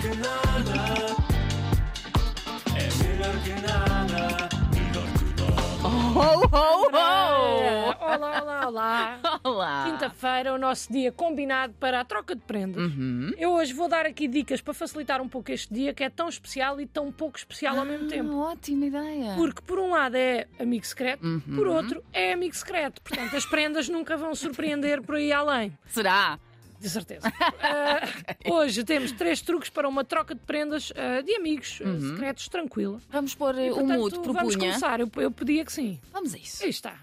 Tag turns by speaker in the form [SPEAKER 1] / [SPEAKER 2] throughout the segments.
[SPEAKER 1] que nada. É melhor que nada. Melhor que nada.
[SPEAKER 2] Oh, oh, oh!
[SPEAKER 3] Olá, olá, olá.
[SPEAKER 2] Olá!
[SPEAKER 3] Quinta-feira, o nosso dia combinado para a troca de prendas.
[SPEAKER 2] Uhum.
[SPEAKER 3] Eu hoje vou dar aqui dicas para facilitar um pouco este dia que é tão especial e tão pouco especial ao
[SPEAKER 2] Ah.
[SPEAKER 3] mesmo tempo.
[SPEAKER 2] Ótima ideia.
[SPEAKER 3] Porque por um lado é amigo secreto,
[SPEAKER 2] Uhum.
[SPEAKER 3] por outro é amigo secreto. Portanto, as prendas nunca vão surpreender por aí além,
[SPEAKER 2] Será?
[SPEAKER 3] de certeza. Ah, hoje temos três truques para uma troca de prendas ah, de amigos ah, secretos tranquila.
[SPEAKER 2] Vamos pôr
[SPEAKER 3] E,
[SPEAKER 2] eh, Uhum. o
[SPEAKER 3] portanto,
[SPEAKER 2] mudo,
[SPEAKER 3] Vamos
[SPEAKER 2] propunha.
[SPEAKER 3] começar, eu, eu pedia que sim.
[SPEAKER 2] Vamos a isso.
[SPEAKER 3] Aí está.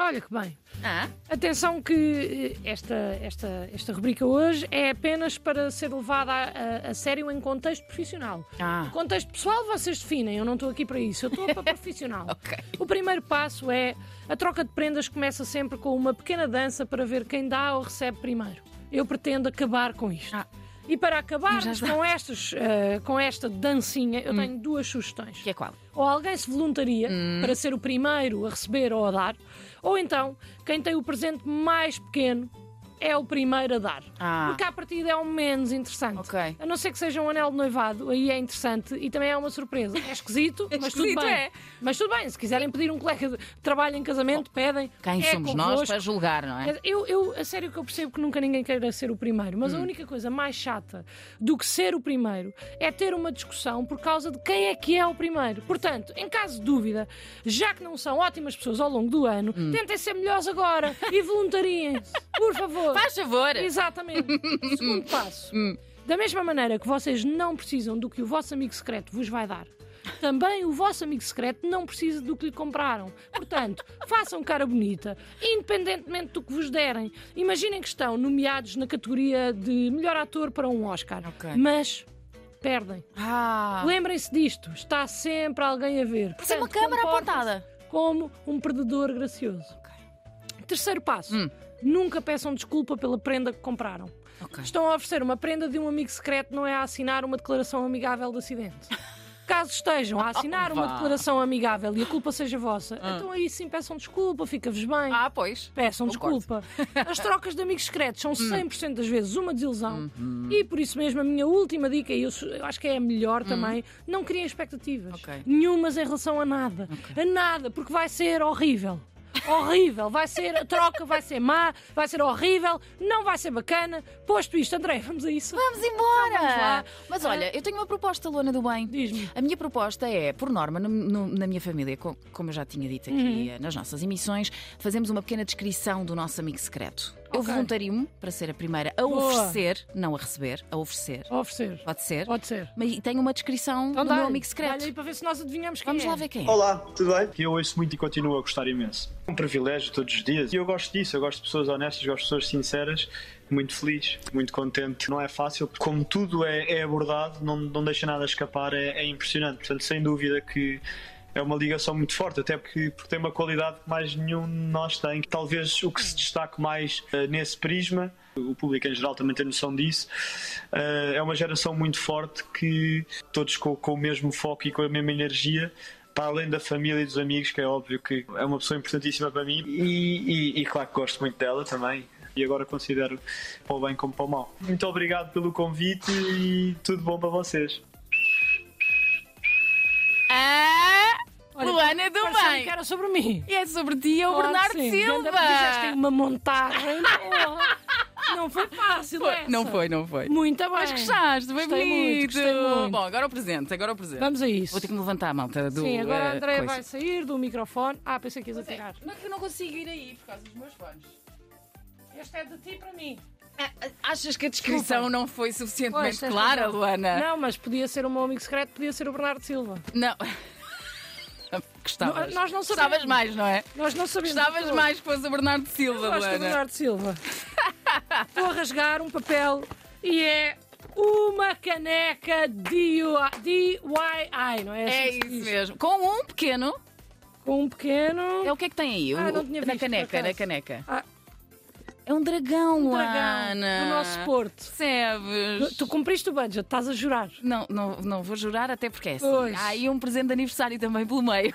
[SPEAKER 3] Olha que bem.
[SPEAKER 2] Ah?
[SPEAKER 3] Atenção que eh, esta, esta, esta rubrica hoje é apenas para ser levada a, a- a sério em contexto profissional.
[SPEAKER 2] Ah.
[SPEAKER 3] Contexto pessoal vocês definem, eu não estou aqui para isso, eu estou para profissional.
[SPEAKER 2] Ok.
[SPEAKER 3] O primeiro passo é a troca de prendas começa sempre com uma pequena dança para ver quem dá ou recebe primeiro. Eu pretendo acabar com isto.
[SPEAKER 2] Ah.
[SPEAKER 3] E para acabarmos
[SPEAKER 2] Já Hum.
[SPEAKER 3] com, estas, eh, com esta dancinha, eu tenho duas sugestões
[SPEAKER 2] Que é qual?
[SPEAKER 3] ou alguém se voluntaria para ser o primeiro a receber ou a dar, ou então quem tem o presente mais pequeno é o primeiro a dar.
[SPEAKER 2] Ah.
[SPEAKER 3] Porque à partida é o menos interessante.
[SPEAKER 2] Ok.
[SPEAKER 3] A não ser que seja um anel de noivado, aí é interessante e também é uma surpresa. É esquisito,
[SPEAKER 2] É
[SPEAKER 3] mas
[SPEAKER 2] esquisito,
[SPEAKER 3] tudo bem.
[SPEAKER 2] é.
[SPEAKER 3] Mas tudo bem, se quiserem pedir um colega de trabalho em casamento, pedem.
[SPEAKER 2] Quem
[SPEAKER 3] é
[SPEAKER 2] somos nós
[SPEAKER 3] convosco.
[SPEAKER 2] para julgar, não é?
[SPEAKER 3] Mas Eu, eu, a sério que eu percebo que nunca ninguém queira ser o primeiro, mas
[SPEAKER 2] Hum.
[SPEAKER 3] a única coisa mais chata do que ser o primeiro é ter uma discussão por causa de quem é que é o primeiro. Portanto, em caso de dúvida, já que não são ótimas pessoas ao longo do ano,
[SPEAKER 2] Hum.
[SPEAKER 3] tentem ser melhores agora e voluntariem-se, por favor.
[SPEAKER 2] Faz favor!
[SPEAKER 3] Exatamente. Segundo passo.
[SPEAKER 2] Hum.
[SPEAKER 3] Da mesma maneira que vocês não precisam do que o vosso amigo secreto vos vai dar, também o vosso amigo secreto não precisa do que lhe compraram. Portanto, façam cara bonita, independentemente do que vos derem. Imaginem que estão nomeados na categoria de melhor ator para um Oscar,
[SPEAKER 2] Ok.
[SPEAKER 3] mas perdem.
[SPEAKER 2] Ah!
[SPEAKER 3] Lembrem-se disto, está sempre alguém a ver.
[SPEAKER 2] Mas é uma
[SPEAKER 3] Portanto,
[SPEAKER 2] câmara
[SPEAKER 3] comportem-se
[SPEAKER 2] apontada.
[SPEAKER 3] como um perdedor gracioso. Terceiro passo:
[SPEAKER 2] Hum.
[SPEAKER 3] nunca peçam desculpa pela prenda que compraram.
[SPEAKER 2] Ok.
[SPEAKER 3] Estão a oferecer uma prenda de um amigo secreto, não é a assinar uma declaração amigável de acidente. Caso estejam a assinar uma
[SPEAKER 2] Vá.
[SPEAKER 3] declaração amigável e a culpa seja vossa, então aí sim peçam desculpa, fica-vos bem.
[SPEAKER 2] Ah, pois.
[SPEAKER 3] Peçam
[SPEAKER 2] Concordo. Hum.
[SPEAKER 3] desculpa. As trocas de amigos secretos são 100% das vezes uma desilusão.
[SPEAKER 2] Uhum.
[SPEAKER 3] E por isso mesmo, a minha última dica, e eu su- eu acho que é a melhor também, não criem expectativas.
[SPEAKER 2] Hum. Ok.
[SPEAKER 3] Nenhumas em relação a nada. A nada, porque vai ser horrível. Horrível, vai ser, a troca vai ser má, vai ser horrível, não vai ser bacana. Posto isto, André, vamos a isso?
[SPEAKER 2] Vamos embora!
[SPEAKER 3] Então vamos lá.
[SPEAKER 2] Mas olha, eu tenho uma proposta, Lona do Bem.
[SPEAKER 3] Diz-me.
[SPEAKER 2] A minha proposta é, por norma, no- no- na minha família, co- como eu já tinha dito
[SPEAKER 3] Uhum.
[SPEAKER 2] aqui eh, nas nossas emissões, fazemos uma pequena descrição do nosso amigo secreto. Eu
[SPEAKER 3] Ok.
[SPEAKER 2] voluntario-me para ser a primeira a
[SPEAKER 3] Boa.
[SPEAKER 2] oferecer, não a receber, a oferecer.
[SPEAKER 3] A oferecer.
[SPEAKER 2] Pode ser?
[SPEAKER 3] Pode ser.
[SPEAKER 2] Mas e tenho uma descrição
[SPEAKER 3] Então
[SPEAKER 2] do
[SPEAKER 3] dá-lhe,
[SPEAKER 2] meu amigo secreto.
[SPEAKER 3] dá-lhe aí para ver se nós adivinhamos quem
[SPEAKER 2] Vamos
[SPEAKER 3] é.
[SPEAKER 2] lá ver quem é.
[SPEAKER 4] Olá, tudo bem? Que eu ouço muito e continuo a gostar imenso. É um privilégio todos os dias e eu gosto disso. Eu gosto de pessoas honestas, gosto de pessoas sinceras. Muito feliz, muito contente. Não é fácil, porque como tudo é, é abordado, não, não deixa nada escapar, é, é impressionante. Portanto, sem dúvida que é uma ligação muito forte, até porque, porque tem uma qualidade que mais nenhum de nós tem. Talvez o que se destaque mais eh, nesse prisma, o público em geral também tem noção disso, eh, é uma geração muito forte que todos com, com o mesmo foco e com a mesma energia. Para além da família e dos amigos, que é óbvio que é uma pessoa importantíssima para mim, e, e- e claro que gosto muito dela também, e agora considero para o bem como para o mal. Muito obrigado pelo convite e tudo bom para vocês.
[SPEAKER 2] Ah,
[SPEAKER 3] Olha,
[SPEAKER 2] Luana do
[SPEAKER 3] Pareceu-me
[SPEAKER 2] Bem.
[SPEAKER 3] que era sobre mim.
[SPEAKER 2] E é sobre ti, é o
[SPEAKER 3] Claro
[SPEAKER 2] Bernardo
[SPEAKER 3] que sim.
[SPEAKER 2] Silva.
[SPEAKER 3] Ganda- Fizeste uma montagem. boa. não foi fácil essa.
[SPEAKER 2] Não foi, É. não foi.
[SPEAKER 3] Muito bem.
[SPEAKER 2] Mas gostaste, bem
[SPEAKER 3] Gostei
[SPEAKER 2] bonito.
[SPEAKER 3] muito, gostei muito.
[SPEAKER 2] Bom, agora o presente, agora o presente.
[SPEAKER 3] Vamos a isso.
[SPEAKER 2] Vou ter que me levantar a malta do.
[SPEAKER 3] Sim, agora a
[SPEAKER 2] eh,
[SPEAKER 3] Andréia
[SPEAKER 2] coisa.
[SPEAKER 3] vai sair do microfone. Ah, pensei que ias atirar.
[SPEAKER 2] Mas é, eu não consigo ir aí por causa dos meus fones.
[SPEAKER 3] Este é de ti para mim.
[SPEAKER 2] Ah, Achas que a descrição
[SPEAKER 3] Desculpa.
[SPEAKER 2] não é? foi suficientemente
[SPEAKER 3] Pois, tens
[SPEAKER 2] clara,
[SPEAKER 3] razão.
[SPEAKER 2] Luana?
[SPEAKER 3] Não, mas podia ser o meu amigo secreto, podia ser o Bernardo Silva.
[SPEAKER 2] Não. Gostavas.
[SPEAKER 3] Não, nós não
[SPEAKER 2] Gostavas
[SPEAKER 3] sabemos.
[SPEAKER 2] mais, não é?
[SPEAKER 3] Nós não sabemos.
[SPEAKER 2] Gostavas
[SPEAKER 3] tudo.
[SPEAKER 2] mais que fosse o Bernardo Silva,
[SPEAKER 3] Eu gosto do
[SPEAKER 2] Luana.
[SPEAKER 3] Bernardo Silva. Estou a rasgar um papel e é uma caneca DIY, não é?
[SPEAKER 2] É
[SPEAKER 3] assim que se diz?
[SPEAKER 2] isso mesmo. Com um pequeno.
[SPEAKER 3] Com um pequeno.
[SPEAKER 2] É o que é que tem aí?
[SPEAKER 3] Ah,
[SPEAKER 2] O-
[SPEAKER 3] não tinha
[SPEAKER 2] na
[SPEAKER 3] visto, por
[SPEAKER 2] caneca,
[SPEAKER 3] acaso.
[SPEAKER 2] na caneca.
[SPEAKER 3] Ah.
[SPEAKER 2] É um dragão,
[SPEAKER 3] um dragão
[SPEAKER 2] Luana.
[SPEAKER 3] do nosso Porto.
[SPEAKER 2] Percebes?
[SPEAKER 3] Tu cumpriste o budget, estás a jurar.
[SPEAKER 2] Não, não, não vou jurar, até porque é assim.
[SPEAKER 3] Pois.
[SPEAKER 2] Há aí um presente de aniversário também Ah, pelo meio.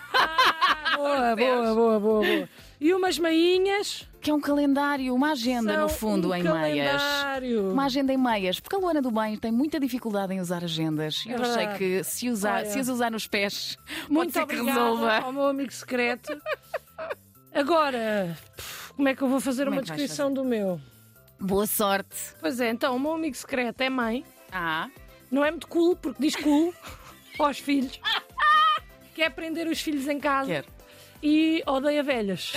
[SPEAKER 3] boa,
[SPEAKER 2] Deus.
[SPEAKER 3] boa, boa, boa, boa. E umas meinhas
[SPEAKER 2] Que é um calendário, uma agenda,
[SPEAKER 3] São
[SPEAKER 2] no fundo,
[SPEAKER 3] um
[SPEAKER 2] em
[SPEAKER 3] calendário.
[SPEAKER 2] meias. Uma agenda em meias. Porque a Luana do Bem tem muita dificuldade em usar agendas. Eu achei
[SPEAKER 3] verdade.
[SPEAKER 2] que se usar,
[SPEAKER 3] Olha.
[SPEAKER 2] se as usar nos pés,
[SPEAKER 3] Muito
[SPEAKER 2] pode ser que
[SPEAKER 3] obrigada
[SPEAKER 2] resolva.
[SPEAKER 3] ao meu amigo secreto. Agora, pff, como é que eu vou fazer
[SPEAKER 2] Como é
[SPEAKER 3] uma
[SPEAKER 2] que vais
[SPEAKER 3] descrição do meu?
[SPEAKER 2] Boa sorte.
[SPEAKER 3] Pois é, então, o meu amigo secreto é mãe.
[SPEAKER 2] Ah,
[SPEAKER 3] Não é muito cool, porque diz cool aos filhos. Quer prender os filhos em casa
[SPEAKER 2] quero.
[SPEAKER 3] e odeia velhas.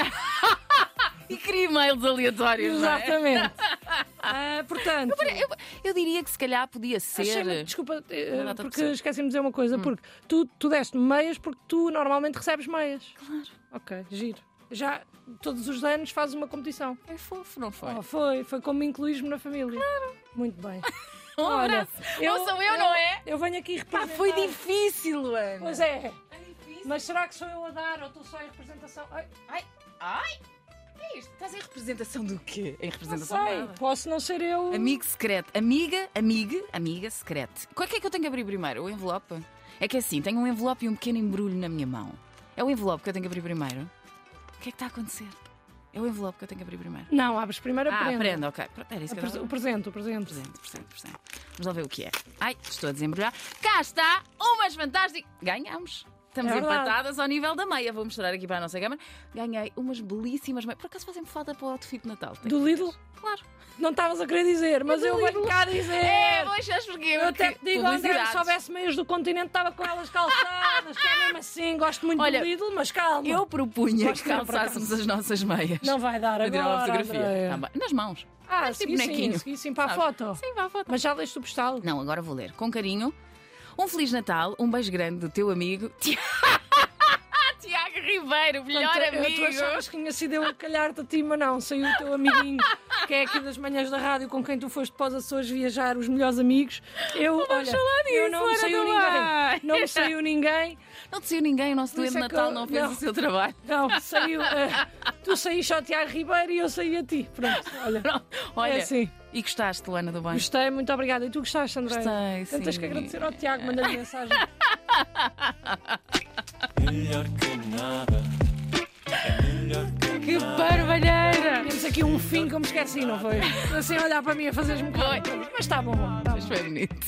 [SPEAKER 2] E cria e-mails aleatórios, não é?
[SPEAKER 3] Exatamente. Ah, portanto,
[SPEAKER 2] Eu, eu diria que se calhar podia
[SPEAKER 3] achei-me-
[SPEAKER 2] ser.
[SPEAKER 3] desculpa, eh,
[SPEAKER 2] Não dá para
[SPEAKER 3] porque
[SPEAKER 2] perceber.
[SPEAKER 3] esqueci-me de dizer uma
[SPEAKER 2] Hum.
[SPEAKER 3] coisa, porque tu, tu deste meias porque tu normalmente recebes meias. Claro. Ok, giro. Já todos os anos fazes uma competição.
[SPEAKER 2] É fofo, não foi?
[SPEAKER 3] Oh, foi, foi como incluís-me na família. Claro. Muito bem.
[SPEAKER 2] Um
[SPEAKER 3] Olha,
[SPEAKER 2] abraço. Não sou eu, não é?
[SPEAKER 3] Eu Ah, venho aqui
[SPEAKER 2] Pá,
[SPEAKER 3] representar.
[SPEAKER 2] foi difícil, Luana.
[SPEAKER 3] Pois é. Mas será que sou eu a dar ou estou só em representação? Ai,
[SPEAKER 2] Ai, ai! O que é isto? Estás em representação do quê? Em
[SPEAKER 3] não
[SPEAKER 2] representação de
[SPEAKER 3] sei.
[SPEAKER 2] nada.
[SPEAKER 3] Posso não ser eu.
[SPEAKER 2] Amigo secreto. Amiga, amiga, amiga secreto. Qual é que é que eu tenho que abrir primeiro? O envelope? É que é assim, tenho um envelope e um pequeno embrulho na minha mão. É o envelope que eu tenho que abrir primeiro? O que é que está a acontecer? É o envelope que eu tenho que abrir primeiro.
[SPEAKER 3] Não, abres primeiro a
[SPEAKER 2] Ah,
[SPEAKER 3] prenda.
[SPEAKER 2] prenda, ok. Pronto, Era isso
[SPEAKER 3] A
[SPEAKER 2] que eu
[SPEAKER 3] prese-
[SPEAKER 2] estava
[SPEAKER 3] O presente, o presente.
[SPEAKER 2] presente, presente, presente. Vamos lá ver o que é. Ai, estou a desembrulhar. Cá está, umas fantásticas. Ganhamos. Estamos
[SPEAKER 3] É verdade.
[SPEAKER 2] empatadas ao nível da meia. Vou mostrar aqui para a nossa câmara. Ganhei umas belíssimas meias. Por acaso fazem-me falta para o outfit de Natal? Tenho
[SPEAKER 3] Do
[SPEAKER 2] que
[SPEAKER 3] Lidl?
[SPEAKER 2] dizer. Claro.
[SPEAKER 3] Não estavas a querer dizer, mas eu
[SPEAKER 2] do
[SPEAKER 3] venho cá dizer.
[SPEAKER 2] É, vou achar porquê.
[SPEAKER 3] eu até te
[SPEAKER 2] porque
[SPEAKER 3] digo, André,
[SPEAKER 2] publicidades.
[SPEAKER 3] se soubesse meios do continente, estava com elas calçadas. que é mesmo assim, gosto muito
[SPEAKER 2] Olha,
[SPEAKER 3] do Lidl, mas calma.
[SPEAKER 2] Eu propunha
[SPEAKER 3] Gosto
[SPEAKER 2] que
[SPEAKER 3] de ir para
[SPEAKER 2] calçássemos as nossas meias.
[SPEAKER 3] Não vai dar
[SPEAKER 2] Para tirar uma
[SPEAKER 3] agora,
[SPEAKER 2] fotografia.
[SPEAKER 3] Andréia.
[SPEAKER 2] Tá bem. Nas mãos.
[SPEAKER 3] Ah,
[SPEAKER 2] Parece
[SPEAKER 3] segui sim,
[SPEAKER 2] bonequinho.
[SPEAKER 3] segui sim para a
[SPEAKER 2] Sabes?
[SPEAKER 3] foto.
[SPEAKER 2] Sim, vá à foto.
[SPEAKER 3] Mas já leste o postal.
[SPEAKER 2] Não, agora vou ler. Com carinho. Um Feliz Natal, um beijo grande do teu amigo Ti- Tiago Ribeiro, melhor
[SPEAKER 3] Portanto, eu-
[SPEAKER 2] amigo.
[SPEAKER 3] Tu achavas que tinha sido eu a calhar de ti, mas não, saiu o teu amiguinho, que é aqui das manhãs da rádio, com quem tu foste para os Açores viajar, os melhores amigos. Eu, olha,
[SPEAKER 2] falar
[SPEAKER 3] eu
[SPEAKER 2] disso,
[SPEAKER 3] não me
[SPEAKER 2] Ana
[SPEAKER 3] saiu
[SPEAKER 2] do
[SPEAKER 3] ninguém.
[SPEAKER 2] Ar.
[SPEAKER 3] Não me saiu ninguém.
[SPEAKER 2] Não te saiu ninguém, o nosso
[SPEAKER 3] Por
[SPEAKER 2] doente
[SPEAKER 3] isso é que
[SPEAKER 2] Natal
[SPEAKER 3] eu-
[SPEAKER 2] não fez
[SPEAKER 3] não.
[SPEAKER 2] o seu trabalho.
[SPEAKER 3] Não, saiu. eh, tu saíste ao Tiago Ribeiro e eu saí a ti. Pronto, olha.
[SPEAKER 2] Pronto. Olha,
[SPEAKER 3] É assim.
[SPEAKER 2] e gostaste, Luana, do bem?
[SPEAKER 3] Gostei, muito obrigada. E tu gostaste, André?
[SPEAKER 2] Gostei,
[SPEAKER 3] Então tens
[SPEAKER 2] sim.
[SPEAKER 3] que agradecer ao Tiago, mandar-lhe mensagem.
[SPEAKER 1] Melhor que nada. É melhor que
[SPEAKER 2] Que barbalheira!
[SPEAKER 3] Temos aqui um fim que eu me esqueci, não foi? Assim, a olhar para mim a fazer-me
[SPEAKER 2] Foi.
[SPEAKER 3] Mas está bom, está bom.
[SPEAKER 2] Mas foi bonito.